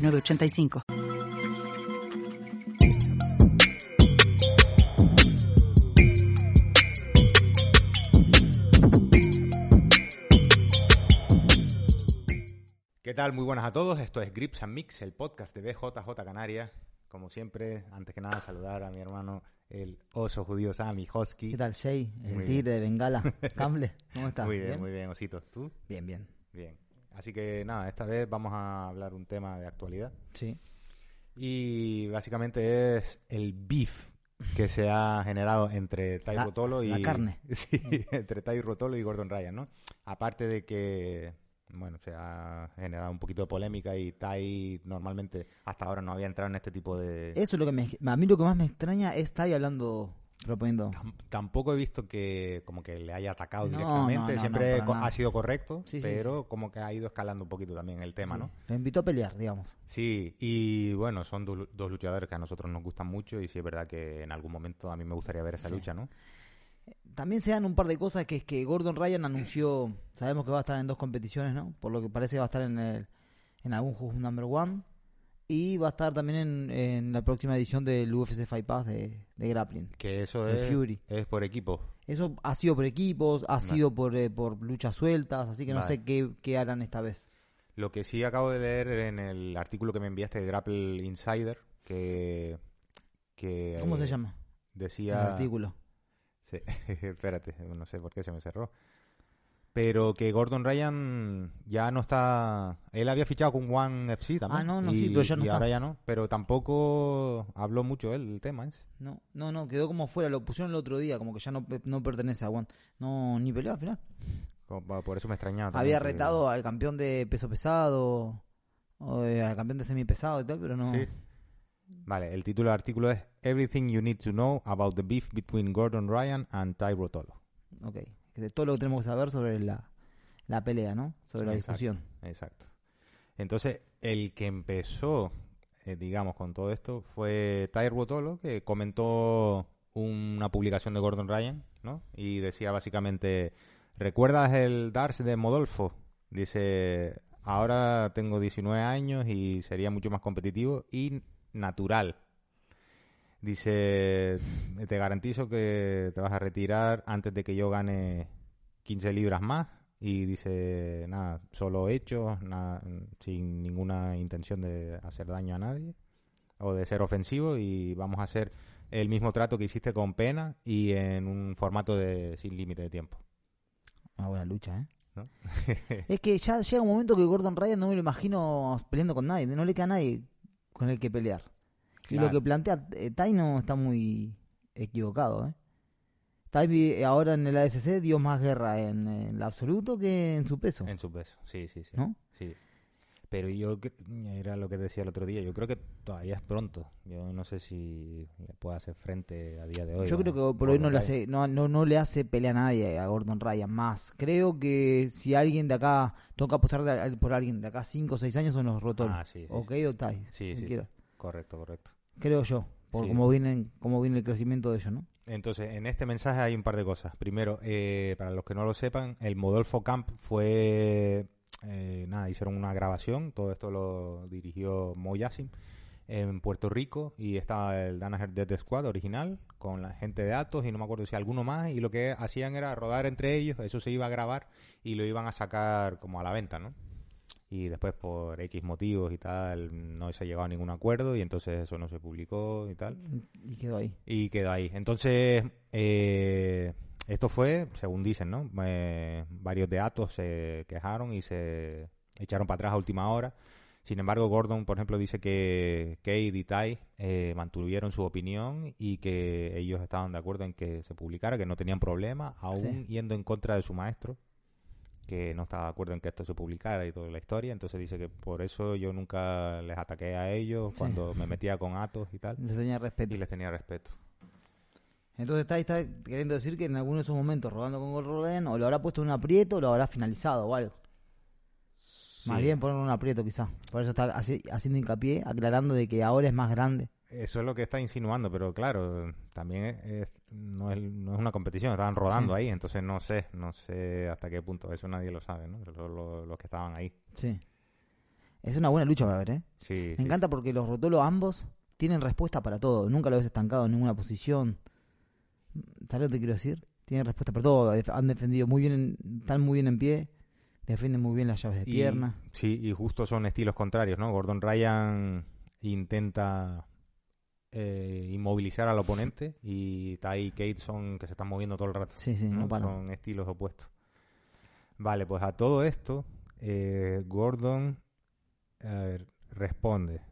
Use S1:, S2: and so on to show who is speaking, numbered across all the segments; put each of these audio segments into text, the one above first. S1: 985.
S2: ¿Qué tal? Muy buenas a todos. Esto es Grips and Mix, el podcast de BJJ Canarias. Como siempre, antes que nada, saludar a mi hermano, el oso judío Sami Hosky.
S3: ¿Qué tal, Shei? El
S2: Muy
S3: tigre de Bengala. Cable, ¿cómo estás?
S2: Muy bien, muy bien, ositos. ¿Tú?
S3: Bien, bien.
S2: Bien. Así que nada, esta vez vamos a hablar un tema de actualidad.
S3: Sí.
S2: Y básicamente es el beef que se ha generado entre Tai
S3: La-
S2: Rotolo y.
S3: la carne.
S2: Sí, entre Tai Rotolo y Gordon Ryan, ¿no? Aparte de que, bueno, se ha generado un poquito de polémica y Tai normalmente hasta ahora no había entrado en este tipo de.
S3: Eso es lo que me... A mí lo que más me extraña es estar ahí hablando, proponiendo...
S2: Tam- Tampoco he visto que como que le haya atacado
S3: No, no,
S2: directamente,
S3: no, no,
S2: siempre
S3: para
S2: co-
S3: nada.
S2: ha sido correcto,
S3: Sí, sí,
S2: pero como que ha ido escalando un poquito también el tema,
S3: Sí.
S2: ¿no?
S3: Lo invitó a pelear, digamos.
S2: Sí, y bueno, son du- dos luchadores que a nosotros nos gustan mucho y sí es verdad que en algún momento a mí me gustaría ver esa
S3: Sí.
S2: lucha, ¿no?
S3: También se dan un par de cosas que es que Gordon Ryan anunció... Sabemos que va a estar en dos competiciones, ¿no? Por lo que parece va a estar en, el, en algún Who's Number One. Y va a estar también en, en la próxima edición del UFC Fight Pass de, de Grappling.
S2: Que eso
S3: El
S2: es,
S3: Fury.
S2: es por equipo.
S3: Eso ha sido por equipos, ha
S2: Vale.
S3: sido por, eh, por luchas sueltas, así que no
S2: Vale.
S3: sé qué, qué harán esta vez.
S2: Lo que sí acabo de leer en el artículo que me enviaste de Grapple Insider, que... que
S3: ¿Cómo se
S2: eh,
S3: llama
S2: Decía...
S3: el artículo?
S2: Sí, espérate, no sé por qué se me cerró. Pero que Gordon Ryan ya no está. Él había fichado con One FC también.
S3: Ah, no, no,
S2: y,
S3: sí, pero ya no
S2: y
S3: está.
S2: ahora ya no. Pero tampoco habló mucho él del tema. ese.
S3: No, no, no, quedó como fuera, lo pusieron el otro día, como que ya no, pe- no pertenece a One. No, ni peleó al final.
S2: Como pa- Por eso me extrañaba. Ah, también
S3: Había
S2: que-
S3: retado al campeón de peso pesado, o, eh, al campeón de semipesado y tal, pero no.
S2: Sí. Vale, el título del artículo es Everything You Need to Know About the Beef Between Gordon Ryan and Ty Rotolo.
S3: Ok, que de todo lo que tenemos que saber sobre la, la pelea, ¿no? Sobre la
S2: Exacto.
S3: discusión.
S2: Exacto. Entonces, el que empezó, eh, digamos, con todo esto fue Ty Rotolo, que comentó una publicación de Gordon Ryan, ¿no? Y decía básicamente, ¿recuerdas el Dars de Modolfo? Dice, ahora tengo 19 años y sería mucho más competitivo y natural. Dice, te garantizo que te vas a retirar antes de que yo gane 15 libras más y dice, nada, solo hechos, nada, sin ninguna intención de hacer daño a nadie o de ser ofensivo y vamos a hacer el mismo trato que hiciste con Pena y en un formato de sin límite de tiempo.
S3: Una buena lucha, ¿eh?
S2: ¿No?
S3: es que ya llega un momento que Gordon Ryan no me lo imagino peleando con nadie, no le queda a nadie con el que pelear. Y lo
S2: Claro.
S3: que plantea eh, Tai no está muy equivocado, ¿eh? Tai vi- ahora en el ASC dio más guerra en el absoluto que en su peso,
S2: En su peso, sí, sí, sí.
S3: ¿no?
S2: Sí. Pero yo, cre- era lo que decía el otro día, yo creo que todavía es pronto. Yo no sé si le puede hacer frente a día de hoy.
S3: Yo
S2: a
S3: creo que por hoy no
S2: Gordon Ryan.
S3: le hace, no, no, no le hace pelea a nadie a Gordon Ryan más. Creo que si alguien de acá toca apostar de- al- por alguien de acá 5 o 6 años son los rotos.
S2: Ah, sí, sí,
S3: ok o Tai,
S2: Sí,
S3: quien
S2: sí.
S3: quiera.
S2: Correcto, correcto.
S3: creo yo, por
S2: Sí.
S3: cómo vienen, cómo viene el crecimiento de ellos, ¿no?
S2: Entonces, en este mensaje hay un par de cosas. Primero, eh, para los que no lo sepan, el Modolfo Camp fue... eh, nada, hicieron una grabación, todo esto lo dirigió Moyasim en Puerto Rico y estaba el Danaher Death Squad original con la gente de Atos y no me acuerdo si alguno más y lo que hacían era rodar entre ellos, eso se iba a grabar y lo iban a sacar como a la venta, ¿no? Y después por X motivos y tal no se ha llegado a ningún acuerdo y entonces eso no se publicó y tal.
S3: Y quedó ahí.
S2: Y quedó ahí. Entonces, eh, esto fue, según dicen, ¿no? Eh, varios de Atos se quejaron y se echaron para atrás a última hora. Sin embargo, Gordon, por ejemplo, dice que Kate y Tai eh, mantuvieron su opinión y que ellos estaban de acuerdo en que se publicara, que no tenían problema, aún
S3: Sí.
S2: yendo en contra de su maestro, que no estaba de acuerdo en que esto se publicara y toda la historia. Entonces dice que por eso yo nunca les ataqué a ellos
S3: Sí.
S2: cuando me metía con Atos y tal.
S3: Les tenía respeto.
S2: Y les tenía respeto.
S3: Entonces está, está queriendo decir que en alguno de esos momentos rodando con Gold Roland o lo habrá puesto en un aprieto o lo habrá finalizado o algo. Más
S2: Sí.
S3: bien ponerlo en un aprieto quizá. Por eso está haci- haciendo hincapié, aclarando de que ahora es más grande.
S2: Eso es lo que está insinuando, pero claro, también es- es- no, es, no es una competición, estaban rodando ahí, entonces no sé, no sé hasta qué punto, eso nadie lo sabe, ¿no? Lo- lo- los que estaban ahí.
S3: Sí. Es una buena lucha para ver, ¿eh?
S2: Sí, sí.
S3: Me encanta porque los rotolos ambos tienen respuesta para todo. Nunca lo ves estancado en ninguna posición. ¿Sabes lo que te quiero decir? Tienen respuesta para todo. Def- Han defendido muy bien, en- están muy bien en pie. Defienden muy bien las llaves de
S2: Y-
S3: pierna.
S2: Sí, y justo son estilos contrarios, ¿no? Gordon Ryan intenta eh, inmovilizar al oponente y Ty y Kate son que se están moviendo todo el rato.
S3: Sí, sí, no,
S2: ¿no?
S3: paran.
S2: Son estilos opuestos. Vale, pues a todo esto, eh, Gordon a ver, responde.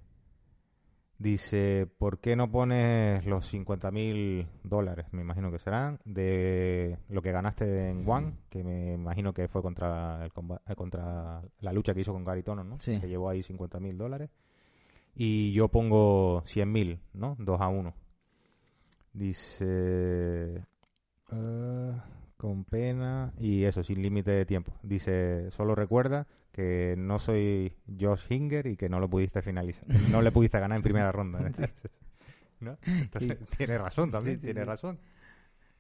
S2: Dice, ¿por qué no pones los 50 mil dólares, me imagino que serán, de lo que ganaste en One, que me imagino que fue contra, el comba- eh, contra la lucha que hizo con Gary Tonon, ¿no?
S3: Sí.
S2: Se llevó ahí 50 mil dólares. Y yo pongo 100 mil, ¿no? 2 a 1. Dice, Ah, con pena y eso, sin límite de tiempo. Dice, solo recuerda que no soy Josh Hinger y que no lo pudiste finalizar. No le pudiste ganar en primera ronda. ¿No? Entonces, tiene razón también,
S3: Sí, sí,
S2: tiene
S3: sí.
S2: razón.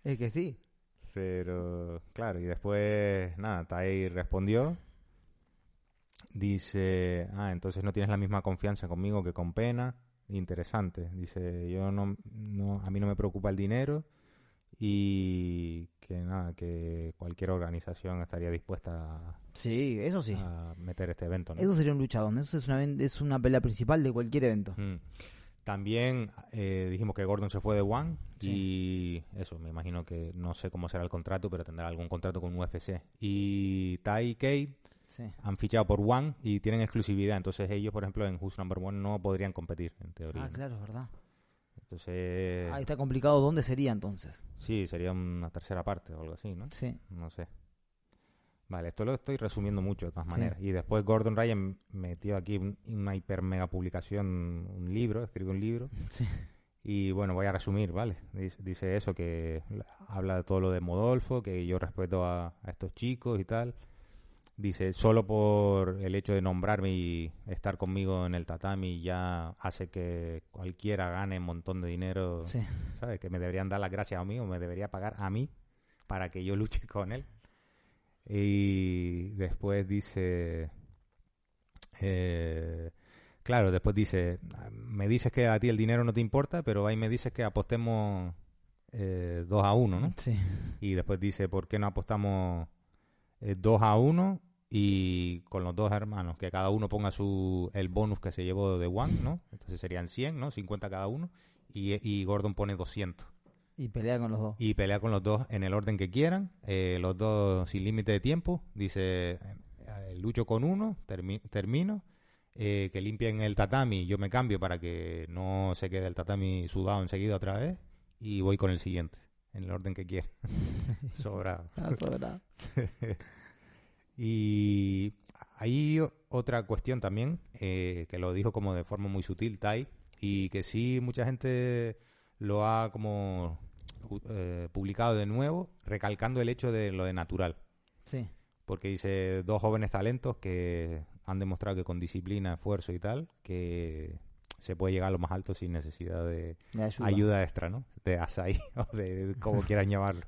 S3: Es que sí.
S2: Pero, claro, y después, nada, Tai respondió. Dice, ah, entonces no tienes la misma confianza conmigo que con Pena. Interesante. Dice, yo no, no a mí no me preocupa el dinero y que nada, que cualquier organización estaría dispuesta a,
S3: Sí, eso sí.
S2: a meter este evento, ¿no?
S3: Eso sería un luchadón. Eso es una, ven- es una pelea principal de cualquier evento.
S2: Mm. También eh, dijimos que Gordon se fue de One y eso, me imagino que no sé cómo será el contrato, pero tendrá algún contrato con UFC. Y Ty y Kate
S3: Sí.
S2: han fichado por One y tienen exclusividad, entonces ellos, por ejemplo, en Who's Number One no podrían competir, en teoría.
S3: Ah,
S2: ¿no?
S3: claro, es verdad.
S2: Entonces,
S3: Ahí está complicado dónde sería entonces.
S2: sí, sería una tercera parte o algo así, ¿no?
S3: Sí.
S2: No sé. Vale, esto lo estoy resumiendo mucho de todas maneras. Y después Gordon Ryan metió aquí un- una hiper mega publicación, un libro, escribió un libro.
S3: Sí.
S2: Y bueno, voy a resumir, ¿vale? Dice, dice eso, que la- habla de todo lo de Modolfo, que yo respeto a, a estos chicos y tal. Dice, solo por el hecho de nombrarme y estar conmigo en el tatami ya hace que cualquiera gane un montón de dinero.
S3: Sí.
S2: ¿sabes? Que me deberían dar las gracias a mí o me debería pagar a mí para que yo luche con él. Y después dice, eh, claro, después dice, me dices que a ti el dinero no te importa, pero ahí me dices que apostemos eh, 2 a 1, ¿no?
S3: Sí.
S2: Y después dice, ¿por qué no apostamos 2 a 1 y con los dos hermanos, que cada uno ponga su el bonus que se llevó de One, ¿no? Entonces serían 100, ¿no? 50 cada uno. Y, y Gordon pone 200.
S3: Y pelea con los dos.
S2: Y pelea con los dos en el orden que quieran, eh, los dos sin límite de tiempo. Dice, eh, eh, lucho con uno, termi- termino, eh, que limpien el tatami, yo me cambio para que no se quede el tatami sudado enseguida otra vez y voy con el siguiente, en el orden que quiera. Sobrado.
S3: Ah, sobra.
S2: Y hay o- otra cuestión también, eh, que lo dijo como de forma muy sutil Tai, y que sí mucha gente lo ha como u- eh, publicado de nuevo, recalcando el hecho de lo de natural.
S3: Sí.
S2: Porque dice dos jóvenes talentos que han demostrado que con disciplina, esfuerzo y tal, que se puede llegar a lo más alto sin necesidad de
S3: Le ayuda.
S2: ayuda, extra, ¿no? De asaí o de como quieran llamarlo.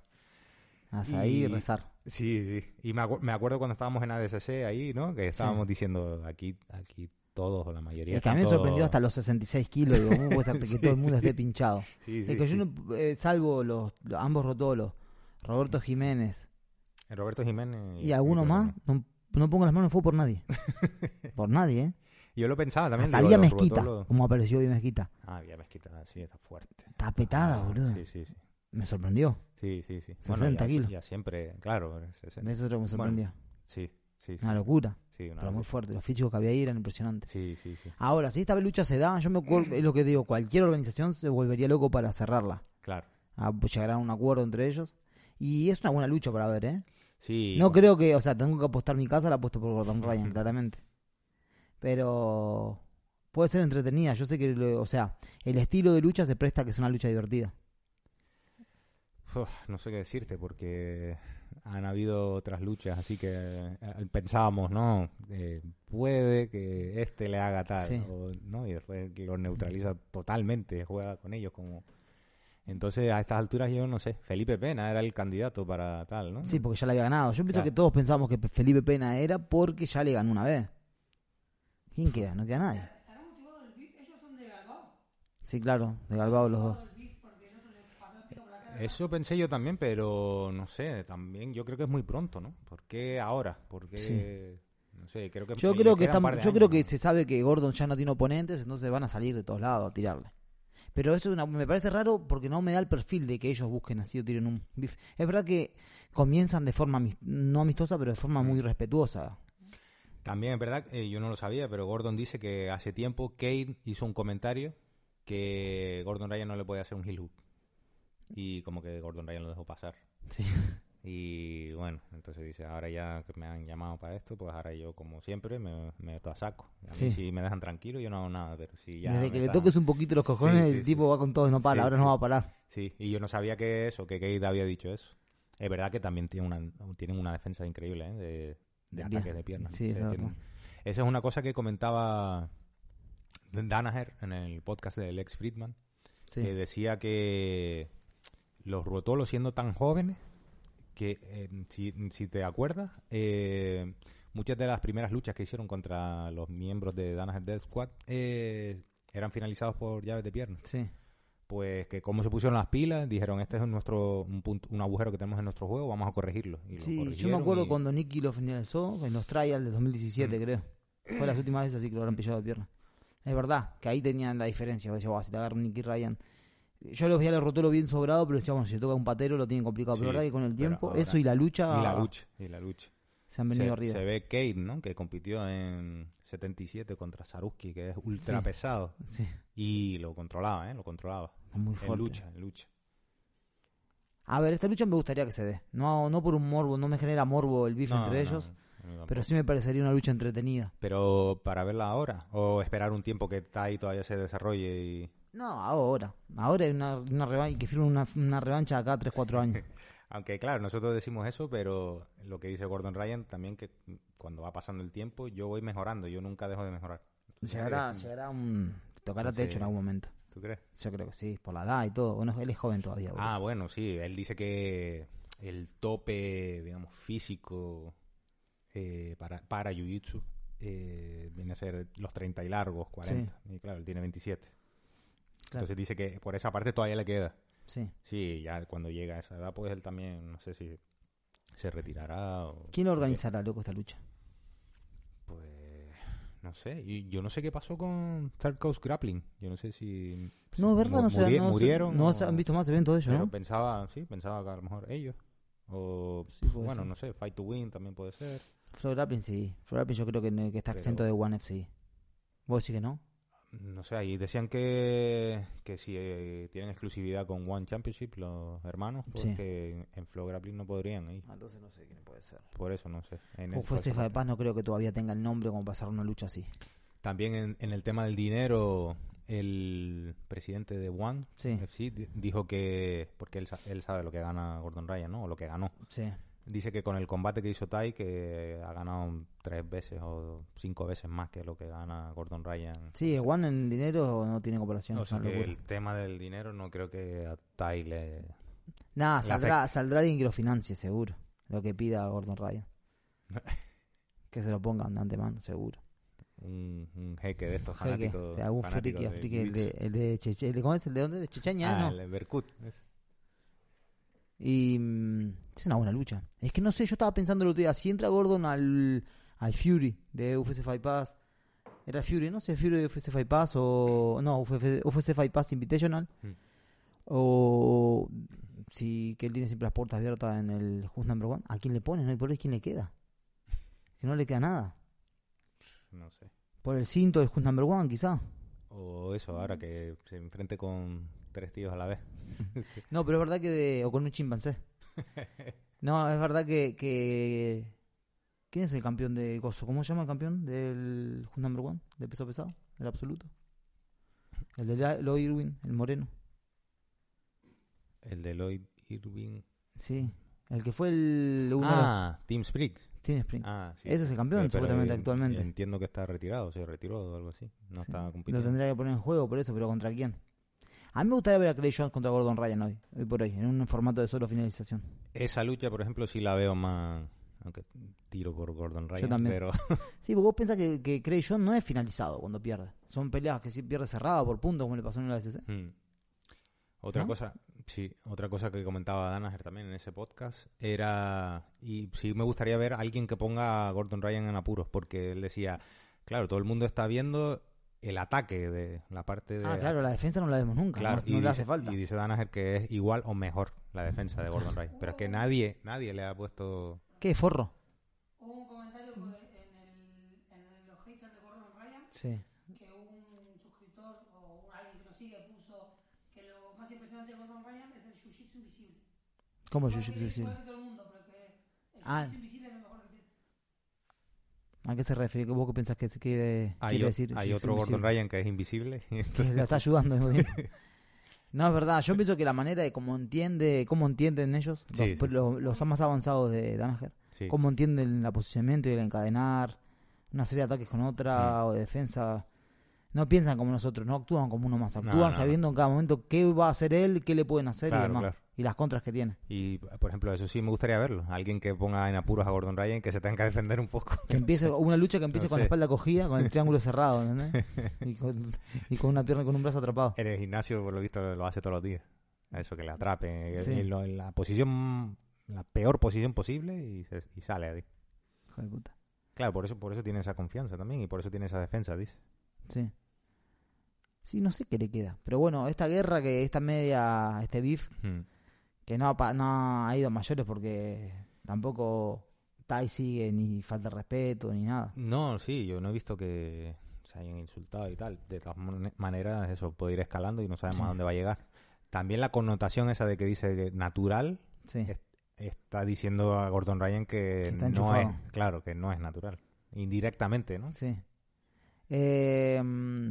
S3: Hasta ahí
S2: Y-
S3: rezar.
S2: Sí, sí. Y me, acu- me acuerdo cuando estábamos en ADCC ahí, ¿no? Que estábamos diciendo aquí, aquí todos o la mayoría.
S3: Es que a mí me
S2: están
S3: sorprendió
S2: todos-
S3: hasta los 66 kilos. Digo, ¿cómo puede ser que
S2: Sí,
S3: todo el mundo
S2: sí.
S3: esté pinchado?
S2: Sí,
S3: Es
S2: sí,
S3: que
S2: sí.
S3: yo, no- eh, salvo los, los- ambos rotolos, Roberto
S2: Mm.
S3: Jiménez
S2: Roberto Jiménez.
S3: y alguno
S2: creo que
S3: más, no, no pongo las manos en fuego por nadie. Por nadie, ¿eh?
S2: Yo lo pensaba también.
S3: Hasta
S2: digo,
S3: Vía
S2: los
S3: Mezquita,
S2: rotolos-
S3: como apareció Vía Mezquita.
S2: Ah, Vía Mezquita, sí, está fuerte.
S3: Está petada,
S2: Ah,
S3: boludo.
S2: Sí, sí, sí.
S3: Me sorprendió.
S2: Sí, sí, sí.
S3: 60
S2: ya,
S3: kilos.
S2: Ya siempre, claro. 60.
S3: Eso es lo que me sorprendió.
S2: Sí, sí, sí.
S3: Una locura,
S2: sí, una
S3: pero muy
S2: locura.
S3: fuerte. Los físicos que había ahí eran impresionantes.
S2: Sí, sí, sí.
S3: Ahora, si esta lucha se da, yo me
S2: Mm.
S3: acuerdo, es lo que digo, cualquier organización se volvería loco para cerrarla.
S2: Claro.
S3: A llegar a un acuerdo entre ellos. Y es una buena lucha para ver, ¿eh?
S2: Sí.
S3: No
S2: bueno,
S3: creo que, o sea, tengo que apostar mi casa, la apuesto por Gordon Ryan, claramente. Pero puede ser entretenida. Yo sé que, lo- o sea, el estilo de lucha se presta a que es una lucha divertida.
S2: uf, no sé qué decirte porque han habido otras luchas, así que eh, pensábamos, ¿no? Eh, puede que este le haga tal,
S3: Sí.
S2: o- ¿no? Y después lo neutraliza totalmente, juega con ellos como... Entonces, a estas alturas yo no sé, Felipe Pena era el candidato para tal, ¿no?
S3: Sí, porque ya la había ganado. Yo pienso
S2: Claro.
S3: que todos pensábamos que Felipe Pena era porque ya le ganó una vez. ¿Quién queda? No queda nadie. Sí, claro, de Galbao los dos.
S2: Eso pensé yo también, pero no sé, también yo creo que es muy pronto, ¿no? ¿Por qué ahora? ¿Por qué...? No sé, creo que...
S3: Yo
S2: le
S3: creo que
S2: queda un
S3: están-
S2: par de
S3: yo creo
S2: años,
S3: que
S2: ¿no?
S3: se sabe que Gordon ya no tiene oponentes, entonces van a salir de todos lados a tirarle. Pero esto es una- me parece raro porque no me da el perfil de que ellos busquen así o tiren un beef. Es verdad que comienzan de forma amis- no amistosa, pero de forma
S2: Mm.
S3: muy respetuosa.
S2: También es verdad, eh, yo no lo sabía, pero Gordon dice que hace tiempo Kate hizo un comentario que Gordon Ryan no le podía hacer un heel hook. Y como que Gordon Ryan lo dejó pasar.
S3: Sí.
S2: Y bueno, entonces dice, ahora ya que me han llamado para esto, pues ahora yo como siempre me, me meto a saco. A mí
S3: Sí.
S2: si me dejan tranquilo yo no hago nada, pero si ya...
S3: Desde
S2: me
S3: que le
S2: están-
S3: toques un poquito los cojones,
S2: Sí, sí,
S3: el tipo va con todo y no para,
S2: Sí,
S3: ahora
S2: sí.
S3: no va a parar.
S2: Sí, y yo no sabía que eso, que Kate había dicho eso. Es verdad que también tiene una, tienen una defensa increíble, ¿eh? De, de
S3: De
S2: ataques
S3: pie-
S2: de piernas.
S3: sí,
S2: Se
S3: eso es
S2: defienden.
S3: verdad.
S2: Esa es una cosa que comentaba Danaher en el podcast de Lex Friedman,
S3: Sí.
S2: que decía que los rotolos siendo tan jóvenes, que eh, si, si te acuerdas, eh, muchas de las primeras luchas que hicieron contra los miembros de Danaher Death Squad eh, eran finalizados por llaves de piernas
S3: Sí.
S2: pues que cómo se pusieron las pilas, dijeron este es nuestro un punto, un agujero que tenemos en nuestro juego, vamos a corregirlo. Y lo
S3: Sí, yo me
S2: corrigieron
S3: acuerdo
S2: y- Mm.
S3: cuando Nicky lo finalizó en los trials de 2017, creo. Fue las últimas veces así que lo habrán pillado de pierna. Es verdad, que ahí tenían la diferencia. Decía, "Buah, si te agarra un Nicky Ryan. Yo los veía los rotulos bien sobrado, pero decía, bueno, si le toca un patero lo tienen complicado.
S2: Sí,
S3: pero verdad que con el
S2: pero
S3: tiempo,
S2: ahora-
S3: eso y la lucha.
S2: y la lucha, y la lucha.
S3: Se han venido
S2: se,
S3: arriba.
S2: se ve Kate, ¿no? Que compitió en 77 contra Saruski, que es ultra
S3: Sí.
S2: pesado
S3: Sí,
S2: y lo controlaba, ¿eh? Lo controlaba.
S3: muy
S2: En
S3: fuerte.
S2: lucha, en lucha.
S3: A ver, esta lucha me gustaría que se dé. No, no por un morbo, no me genera morbo el bife
S2: No,
S3: entre
S2: no,
S3: ellos,
S2: no, no, no,
S3: pero sí me parecería una lucha entretenida.
S2: pero para verla ahora o esperar un tiempo que Tai todavía se desarrolle y
S3: No, ahora. Ahora hay una, una revancha, que firme una, una revancha acá 3-4 años.
S2: Aunque claro, nosotros decimos eso, pero lo que dice Gordon Ryan también que cuando va pasando el tiempo yo voy mejorando, yo nunca dejo de mejorar. Entonces,
S3: Llegará,
S2: eh,
S3: llegará un... Tocará
S2: Sí.
S3: techo en algún momento.
S2: ¿Tú crees?
S3: Yo creo que sí, por la edad y todo. Bueno, él es joven todavía. boludo.
S2: Ah, bueno, sí, él dice que el tope, digamos, físico eh, para, para Jiu-Jitsu eh, viene a ser los 30 y largos, 40. Y claro, él tiene 27.
S3: Claro.
S2: Entonces dice que por esa parte todavía le queda.
S3: Sí.
S2: Sí, ya cuando llega a esa edad, pues él también, no sé si se retirará o...
S3: ¿Quién
S2: o qué.
S3: organizará, loco, esta lucha?
S2: Pues no sé, y yo no sé qué pasó con Third Coast Grappling. Yo no sé si
S3: No, es verdad,
S2: mu-
S3: no, se-
S2: muri-
S3: no se-
S2: murieron
S3: no
S2: o-
S3: se han visto más eventos de ellos,
S2: pero
S3: ¿no?
S2: pensaba, sí, pensaba que a lo mejor ellos o
S3: Sí, puede
S2: bueno,
S3: ser.
S2: no sé, Fight to Win también puede ser.
S3: Flow Grappling sí. Flow Grappling yo creo que, no- que está
S2: Pero-
S3: exento de One FC. ¿Vos sí que no?
S2: No sé, ahí decían que, que si eh, tienen exclusividad con One Championship los hermanos, pues
S3: Sí. Ah.
S2: que en- en Flow Grappling no podrían ir.
S3: Entonces no sé quién puede ser.
S2: Por eso no sé. En
S3: Como
S2: el-
S3: fue
S2: por esa
S3: Cefa de
S2: parte.
S3: Paz, no creo que todavía tenga el nombre como pasar una lucha así.
S2: También en, en el tema del dinero, el presidente de One
S3: Sí.
S2: FC di- dijo que, porque él, sa- él sabe lo que gana Gordon Ryan, ¿no? O lo que ganó.
S3: Sí.
S2: Dice que con el combate que hizo Tai, que ha ganado tres veces o cinco veces más que lo que gana Gordon Ryan.
S3: Sí, One en dinero no tiene comparación.
S2: O sea
S3: es una
S2: que
S3: locura.
S2: el tema del dinero no creo que a Tai le...
S3: Nah,
S2: le
S3: saldrá, saldrá alguien que lo financie, seguro. Lo que pida Gordon Ryan. que se lo pongan de antemano, seguro.
S2: Un, un jeque de estos
S3: Jeque,
S2: fanáticos.
S3: o sea, algún
S2: fanáticos
S3: friki
S2: de
S3: afrique, el de,
S2: Jiu-Jitsu.
S3: el de Cheche- el de- ¿cómo es? ¿El de dónde? ¿De Chechenia?
S2: Ah,
S3: no.
S2: el de Berkut. ese.
S3: Y mm, es una buena lucha. Es que no sé, yo estaba pensando el otro día, si entra Gordon al, al Fury de UFC Fight Pass, era Fury, no sé, Fury de UFC Fight Pass o... No, UFC, UFC Fight Pass Invitational.
S2: Mm.
S3: O si que él tiene siempre las puertas abiertas en el Just Number One, ¿a quién le pones? No hay por ahí quién le queda. Que no le queda nada.
S2: No sé.
S3: Por el cinto del Just Number One, quizá.
S2: O eso, ahora que se enfrente con tres tíos a la vez.
S3: No, pero es verdad que de, o con un chimpancé. No, es verdad que, que- ¿Quién es el campeón de Gozo? ¿Cómo se llama el campeón del Who's Number One? ¿Del peso pesado? ¿Del absoluto? El de La- Lloyd Irwin, el moreno.
S2: El de Lloyd Irving.
S3: Sí. El que fue el... uno de los-
S2: Ah, Team Spriggs.
S3: Team Spring.
S2: Ah, sí.
S3: Ese es el campeón,
S2: Pero- pero
S3: supuestamente,
S2: en-
S3: actualmente.
S2: Entiendo que está retirado, se retiró o algo así. No
S3: Sí.
S2: está
S3: Lo
S2: compitiendo.
S3: tendría que poner en juego por eso, pero ¿contra quién? A mí me gustaría ver a Clay Jones contra Gordon Ryan hoy, hoy por hoy, en un formato de solo finalización.
S2: Esa lucha, por ejemplo, sí la veo más. Aunque tiro por Gordon Ryan.
S3: también.
S2: Pero
S3: Sí, porque vos pensás que, que Clay Jones no es finalizado cuando pierde. Son peleas que sí pierde cerrada por puntos, como le pasó en la SC.
S2: Mm. Otra
S3: ¿No?
S2: cosa, sí, otra cosa que comentaba Danaher también en ese podcast era, y sí me gustaría ver a alguien que ponga a Gordon Ryan en apuros, porque él decía, claro, todo el mundo está viendo el ataque de la parte de...
S3: Ah, claro, la defensa no la vemos nunca,
S2: Claro,
S3: no,
S2: y
S3: no le
S2: dice-
S3: hace falta.
S2: Y dice Danaher que es igual o mejor la defensa de Gordon Ryan, pero es que nadie, nadie le ha puesto...
S3: ¿Qué forro?
S4: Hubo un comentario pues, en, el, en los haters de Gordon Ryan
S3: Sí.
S4: que un suscriptor o un- alguien que lo sigue puso que lo más impresionante de Gordon Ryan es el jiu-jitsu invisible.
S3: ¿Cómo
S4: Igual
S3: yo
S4: que-
S3: sí?
S4: igual que todo el mundo, pero que el
S3: Ah.
S4: jiu-jitsu invisible es lo mejor que tiene.
S3: ¿A qué se refiere? ¿Vos qué pensás que se quiere,
S2: Hay,
S3: quiere
S2: o-
S3: decir?
S2: hay
S3: Sí,
S2: otro
S3: sí,
S2: Gordon
S3: sí.
S2: Ryan que es invisible. y
S3: Que
S2: entonces-
S3: la está ayudando. mismo tiempo. No, es verdad. Yo pienso que la manera de cómo entiende, cómo entienden ellos, los,
S2: Sí, sí.
S3: los- los más avanzados de Danaher,
S2: sí.
S3: cómo entienden el posicionamiento y el encadenar, una serie de ataques con
S2: Mm.
S3: otra o de defensa. No piensan como nosotros, no actúan como uno más, actúan
S2: No, no,
S3: sabiendo en cada momento qué va a hacer él, qué le pueden hacer y
S2: Claro,
S3: demás.
S2: claro.
S3: Y las contras que tiene.
S2: Y, por ejemplo, eso sí me gustaría verlo. Alguien que ponga en apuros a Gordon Ryan que se tenga que defender un poco.
S3: Que empiece una lucha que empiece
S2: No
S3: con la
S2: sé.
S3: espalda cogida, con el triángulo cerrado, ¿entendés? Y con, y con una pierna y con un brazo atrapado.
S2: En el gimnasio, por lo visto, lo hace todos los días. Eso, que le atrape
S3: Sí.
S2: en, lo- en la posición, la peor posición posible y, se- y sale ahí.
S3: Hijo de puta.
S2: Claro, por eso, por eso tiene esa confianza también y por eso tiene esa defensa, dice.
S3: Sí. Sí, no sé qué le queda. Pero bueno, esta guerra que esta media, este beef,
S2: Hmm.
S3: que no, ha pa- no ha ido a mayores porque tampoco Tai sigue ni falta de respeto ni nada.
S2: No, sí, yo no he visto que se hayan insultado y tal. De todas man- maneras, eso puede ir escalando y no sabemos
S3: Sí.
S2: a dónde va a llegar. También la connotación esa de que dice que natural
S3: Sí.
S2: Es- está diciendo a Gordon Ryan
S3: Que
S2: que
S3: está
S2: no es,
S3: enchufado.
S2: claro, que no es natural. Indirectamente, ¿no?
S3: Sí. Eh, mm,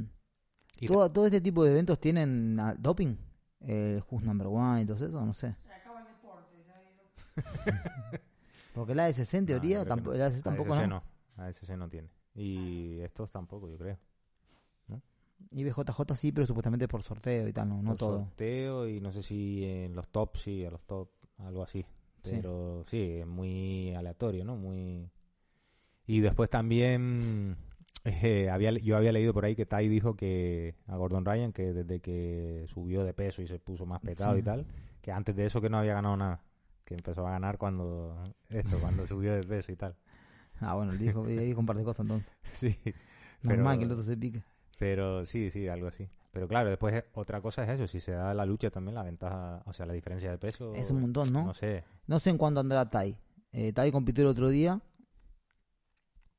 S2: Y
S3: todo, todo este tipo de eventos tienen ah, doping. El Who's Number One y todo eso, no sé.
S4: Se acaba el deporte. ¿sabes?
S3: Porque la ASC en teoría,
S2: No, Ah, creo que
S3: tampo-
S2: no.
S3: la ASC tampoco
S2: ASC
S3: no.
S2: no. ASC no tiene. Y estos tampoco, yo creo.
S3: Y BJJ sí, pero supuestamente por sorteo y tal, no, no
S2: Por
S3: todo.
S2: Sorteo y no sé si en los top, sí, a los top, algo así.
S3: Sí.
S2: Pero sí, es muy aleatorio, ¿no? Muy... Y después también eh, había, yo había leído por ahí que Tai dijo que a Gordon Ryan que desde que subió de peso y se puso más petado
S3: Sí.
S2: y tal, que antes de eso que no había ganado nada, que empezó a ganar cuando esto, cuando subió de peso y tal.
S3: Ah, bueno, le dijo, le dijo un par de cosas entonces.
S2: Sí.
S3: Normal
S2: Pero-
S3: que el otro se pique.
S2: Pero sí, sí, algo así. Pero claro, después eh, otra cosa es eso, si se da la lucha también la ventaja, o sea, la diferencia de peso.
S3: Es un montón, ¿no?
S2: No sé.
S3: No sé en cuánto andará Tai. Eh, tai compitió el otro día.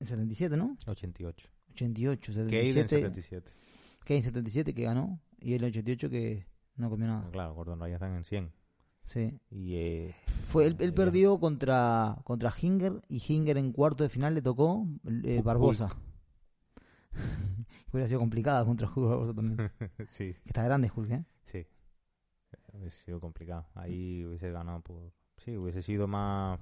S3: En 77, ¿no?
S2: 88.
S3: 88,
S2: Cade en
S3: 77.
S2: 77.
S3: Kane en 77 que ganó. Y el 88 que no comió nada.
S2: Claro, Gordon Ryan están en 100.
S3: Sí.
S2: Y eh,
S3: Fue, él, él
S2: Ahí
S3: perdió contra, contra Hinger. Y Hinger en cuarto de final le tocó eh,
S2: Hulk.
S3: Barbosa. Hubiera sido complicada contra Hulk Barbosa también. Que
S2: sí,
S3: está grande Hulk, ¿eh?
S2: sí. Hubiese sido complicado. Ahí hubiese ganado por... Sí, hubiese sido más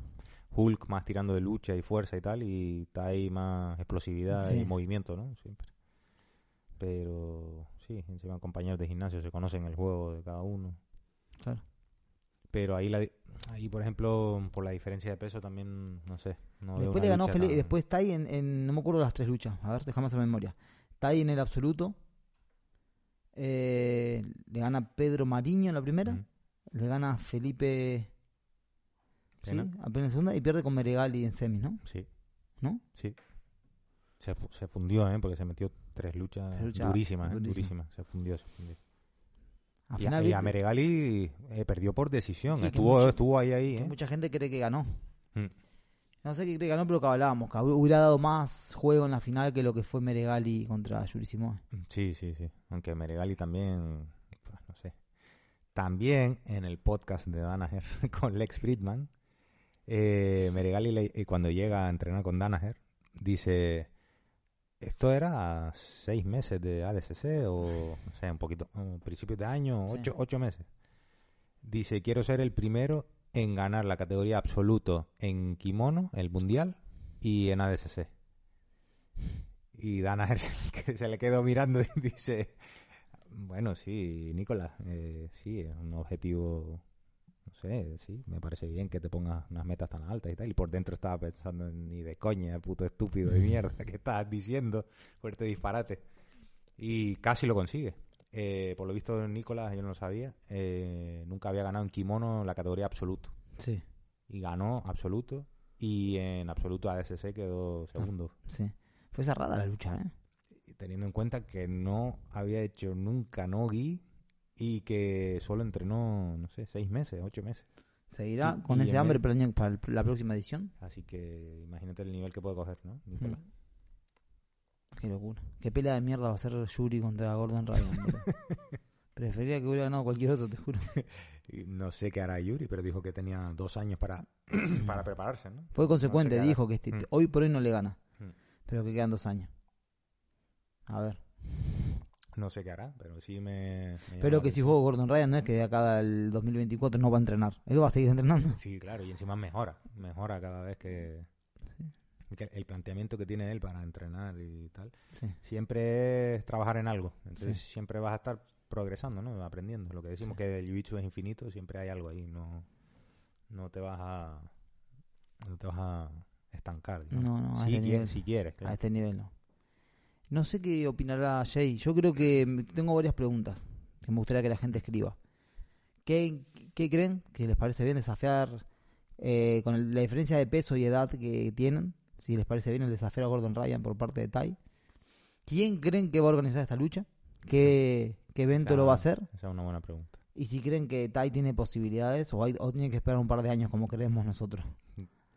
S2: Hulk, más tirando de lucha y fuerza y tal, y está ahí más explosividad
S3: Sí.
S2: y movimiento, ¿no? Siempre. Pero sí, encima compañeros de gimnasio se conocen el juego de cada uno.
S3: Claro.
S2: Pero ahí, la, di- ahí por ejemplo, por la diferencia de peso también, no sé. No veo
S3: Después
S2: una
S3: le ganó
S2: lucha
S3: Feli-
S2: tan-
S3: Después Tai en, en- No me acuerdo las tres luchas. A ver, déjame hacer memoria. Tai en el absoluto. eh, le gana Pedro Mariño en la primera.
S2: Ujú.
S3: Le gana Felipe. Sí,
S2: Pena.
S3: apenas en segunda. Y pierde con Meregali en semis, ¿no?
S2: Sí.
S3: ¿No?
S2: Sí. Se, fu- se fundió, ¿eh? Porque se metió tres luchas
S3: Tres luchas
S2: durísimas, ¿eh?
S3: durísimas.
S2: durísimas. Se fundió, se fundió.
S3: Al
S2: Y a, y
S3: final,
S2: a
S3: viste,
S2: Meregali eh, perdió por decisión. eh.
S3: Sí, que
S2: estuvo,
S3: mucho-
S2: estuvo ahí, ahí,
S3: que
S2: ¿eh?
S3: mucha gente cree que ganó.
S2: Mm.
S3: No sé qué cree que ganó, pero que hablábamos. Que hubiera dado más juego en la final que lo que fue Meregali contra Yuri Simón.
S2: Sí, sí, sí. Aunque Meregali también, pues, no sé. También en el podcast de Danaher con Lex Friedman, Eh, Meregali, le- eh, cuando llega a entrenar con Danaher, dice: Esto era a seis meses de ADCC, o, o sea, un poquito, a principios de año,
S3: Sí.
S2: ocho, ocho meses. Dice: Quiero ser el primero en ganar la categoría absoluto en kimono, el mundial, y en ADCC. Y Danaher se le- se le quedó mirando y dice: Bueno, sí, Nicolás, eh, sí, es un objetivo no sé, sí, me parece bien que te pongas unas metas tan altas y tal. Y por dentro estaba pensando, ni de coña, puto estúpido de mierda, que estás diciendo? Fuerte disparate. Y casi lo consigue. Eh, por lo visto, Nicolás, yo no lo sabía, eh, nunca había ganado en kimono la categoría absoluto.
S3: Sí,
S2: Y ganó absoluto. Y en absoluto ADSC quedó segundo.
S3: sí. Fue cerrada la lucha, ¿eh?
S2: Y Teniendo en cuenta que no había hecho nunca Nogi y que solo entrenó, no sé, seis meses, ocho meses.
S3: ¿Seguirá
S2: Y-
S3: con
S2: y
S3: ese
S2: en
S3: hambre
S2: el-
S3: para, el año- para el- la próxima edición?
S2: Así que imagínate el nivel que puede coger, ¿no? Nicolás.
S3: Qué locura. Qué pela de mierda va a ser Yuri contra Gordon Ryan, boludo. Preferiría que hubiera ganado cualquier otro, te juro.
S2: Y No sé qué hará Yuri, pero dijo que tenía dos años para, para prepararse, ¿no?
S3: Fue consecuente,
S2: qué hará.
S3: dijo que este-
S2: Mm.
S3: hoy por hoy no le gana.
S2: Mm.
S3: Pero que quedan dos años. A ver.
S2: No sé qué hará, pero sí me... me llama
S3: Pero
S2: la
S3: que si
S2: atención.
S3: juego Gordon Ryan no es que de acá al 2024 no va a entrenar. Él va a seguir entrenando.
S2: Sí, claro, y encima mejora. Mejora cada vez que... que El planteamiento que tiene él para entrenar y tal,
S3: Sí.
S2: siempre es trabajar en algo. Entonces siempre vas a estar progresando, ¿no? Aprendiendo. Lo que decimos que el jiu-jitsu es infinito, siempre hay algo ahí. No, no te vas a... No te vas a estancar. digamos.
S3: No, no, a
S2: si,
S3: este
S2: quie-
S3: nivel.
S2: si quieres,
S3: A
S2: claro.
S3: este nivel no. No sé qué opinará Jay. Yo creo que me- tengo varias preguntas que me gustaría que la gente escriba. ¿Qué, qué creen? ¿Que les parece bien desafiar eh, con el- la diferencia de peso y edad que tienen? Si les parece bien el desafío a Gordon Ryan por parte de Tai. ¿Quién creen que va a organizar esta lucha? ¿Qué, qué
S2: O
S3: evento
S2: sea,
S3: lo va a hacer?
S2: Esa es una buena pregunta.
S3: Y si creen que Tai tiene posibilidades o, hay- o tiene que esperar un par de años como creemos nosotros.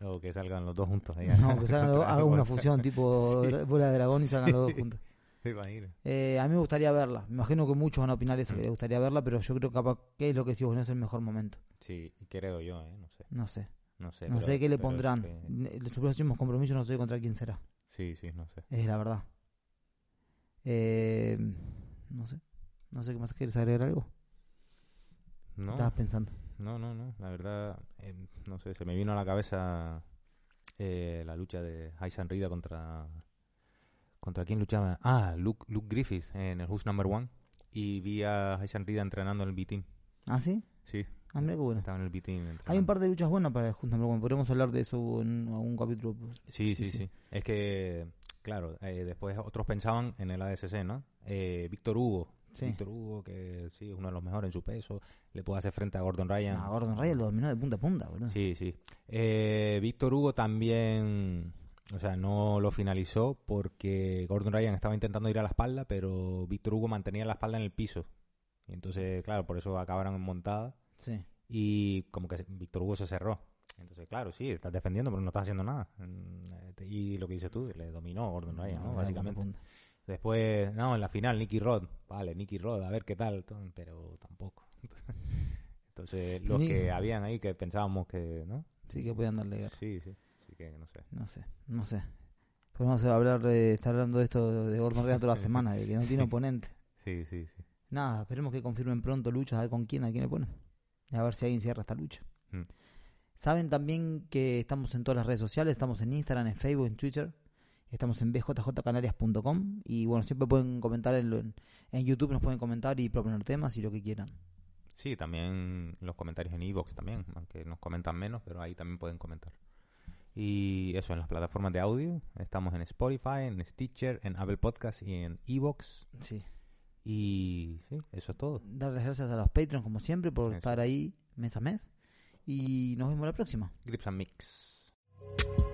S2: O que salgan los dos juntos. ahí.
S3: No, que salgan los dos, hagan una fusión tipo
S2: Sí.
S3: dra- bola de dragón y salgan los dos juntos.
S2: Te imaginas.
S3: Eh, a mí me gustaría verla. Me imagino que muchos van a opinar eso, que les gustaría verla, pero yo creo que capaz que es lo que decís vos, no es el mejor momento.
S2: Sí, creo yo, ¿eh? No sé.
S3: No sé.
S2: No sé,
S3: No
S2: pero-
S3: sé qué le
S2: pero es
S3: pondrán.
S2: que-
S3: Ne- Los próximos compromisos no sé contra quién será.
S2: Sí, sí, no sé.
S3: Es la verdad. Eh, no sé. No sé qué más quieres agregar algo.
S2: No,
S3: Estabas pensando.
S2: no, no, no. La verdad, eh, no sé. Se me vino a la cabeza eh, la lucha de Aisan Rida contra... ¿Contra quién luchaba? Ah, Luke, Luke Griffith en el Who's Number One. Y vi a Aisan Rida entrenando en el B-Team.
S3: ¿Ah, sí?
S2: Sí,
S3: Ah, mira qué bueno.
S2: estaba en el B-Team.
S3: Hay un par de luchas buenas para el Junta, pero bueno, podremos hablar de eso en algún capítulo.
S2: Sí, sí,
S3: sí.
S2: sí, Es que, claro, eh, después otros pensaban en el ADCC, ¿no? Eh, Víctor Hugo.
S3: Sí.
S2: Víctor Hugo, que sí, es uno de los mejores en su peso. Le puede hacer frente a Gordon Ryan.
S3: Ah, Gordon Ryan lo dominó de punta a punta, boludo.
S2: Sí, sí. Eh, Víctor Hugo también, o sea, no lo finalizó porque Gordon Ryan estaba intentando ir a la espalda, pero Víctor Hugo mantenía la espalda en el piso. Y entonces, claro, por eso acabaron en montada
S3: Sí.
S2: y como que se- Víctor Hugo se cerró. Entonces, claro, sí, estás defendiendo, pero no estás haciendo nada. Mm, eh, te- Y lo que dices tú, le dominó Gordon
S3: No,
S2: Ryan,
S3: era
S2: ¿no?
S3: de
S2: Básicamente.
S3: punta a punta.
S2: Después, no, en la final, Nicky Rod. Vale, Nicky Rod, a ver qué tal, ton- pero tampoco. Entonces, los
S3: Ni-
S2: que habían ahí que pensábamos que, ¿no?
S3: Sí que podían darle guerra.
S2: Sí, sí, sí que no sé.
S3: No sé, no sé. Podemos hablar, eh, estar hablando de esto de Gordon Ryan toda la semana, de que no tiene
S2: Sí.
S3: oponente.
S2: Sí, sí, sí.
S3: Nada, esperemos que confirmen pronto luchas, a ver con quién, a quién le ponen. Y a ver si alguien cierra esta lucha.
S2: Mm.
S3: Saben también que estamos en todas las redes sociales, estamos en Instagram, en Facebook, en Twitter. Estamos en bjjcanarias.com y bueno, siempre pueden comentar en, lo- en- en YouTube, nos pueden comentar y proponer temas y lo que quieran.
S2: Sí, también los comentarios en Evox también, aunque nos comentan menos, pero ahí también pueden comentar. Y eso, en las plataformas de audio, estamos en Spotify, en Stitcher, en Apple Podcast y en Evox.
S3: Sí.
S2: Y sí, eso es todo.
S3: Dar las gracias a los Patreons como siempre por
S2: Eso.
S3: estar ahí mes a mes y nos vemos la próxima.
S2: Grips and Mix.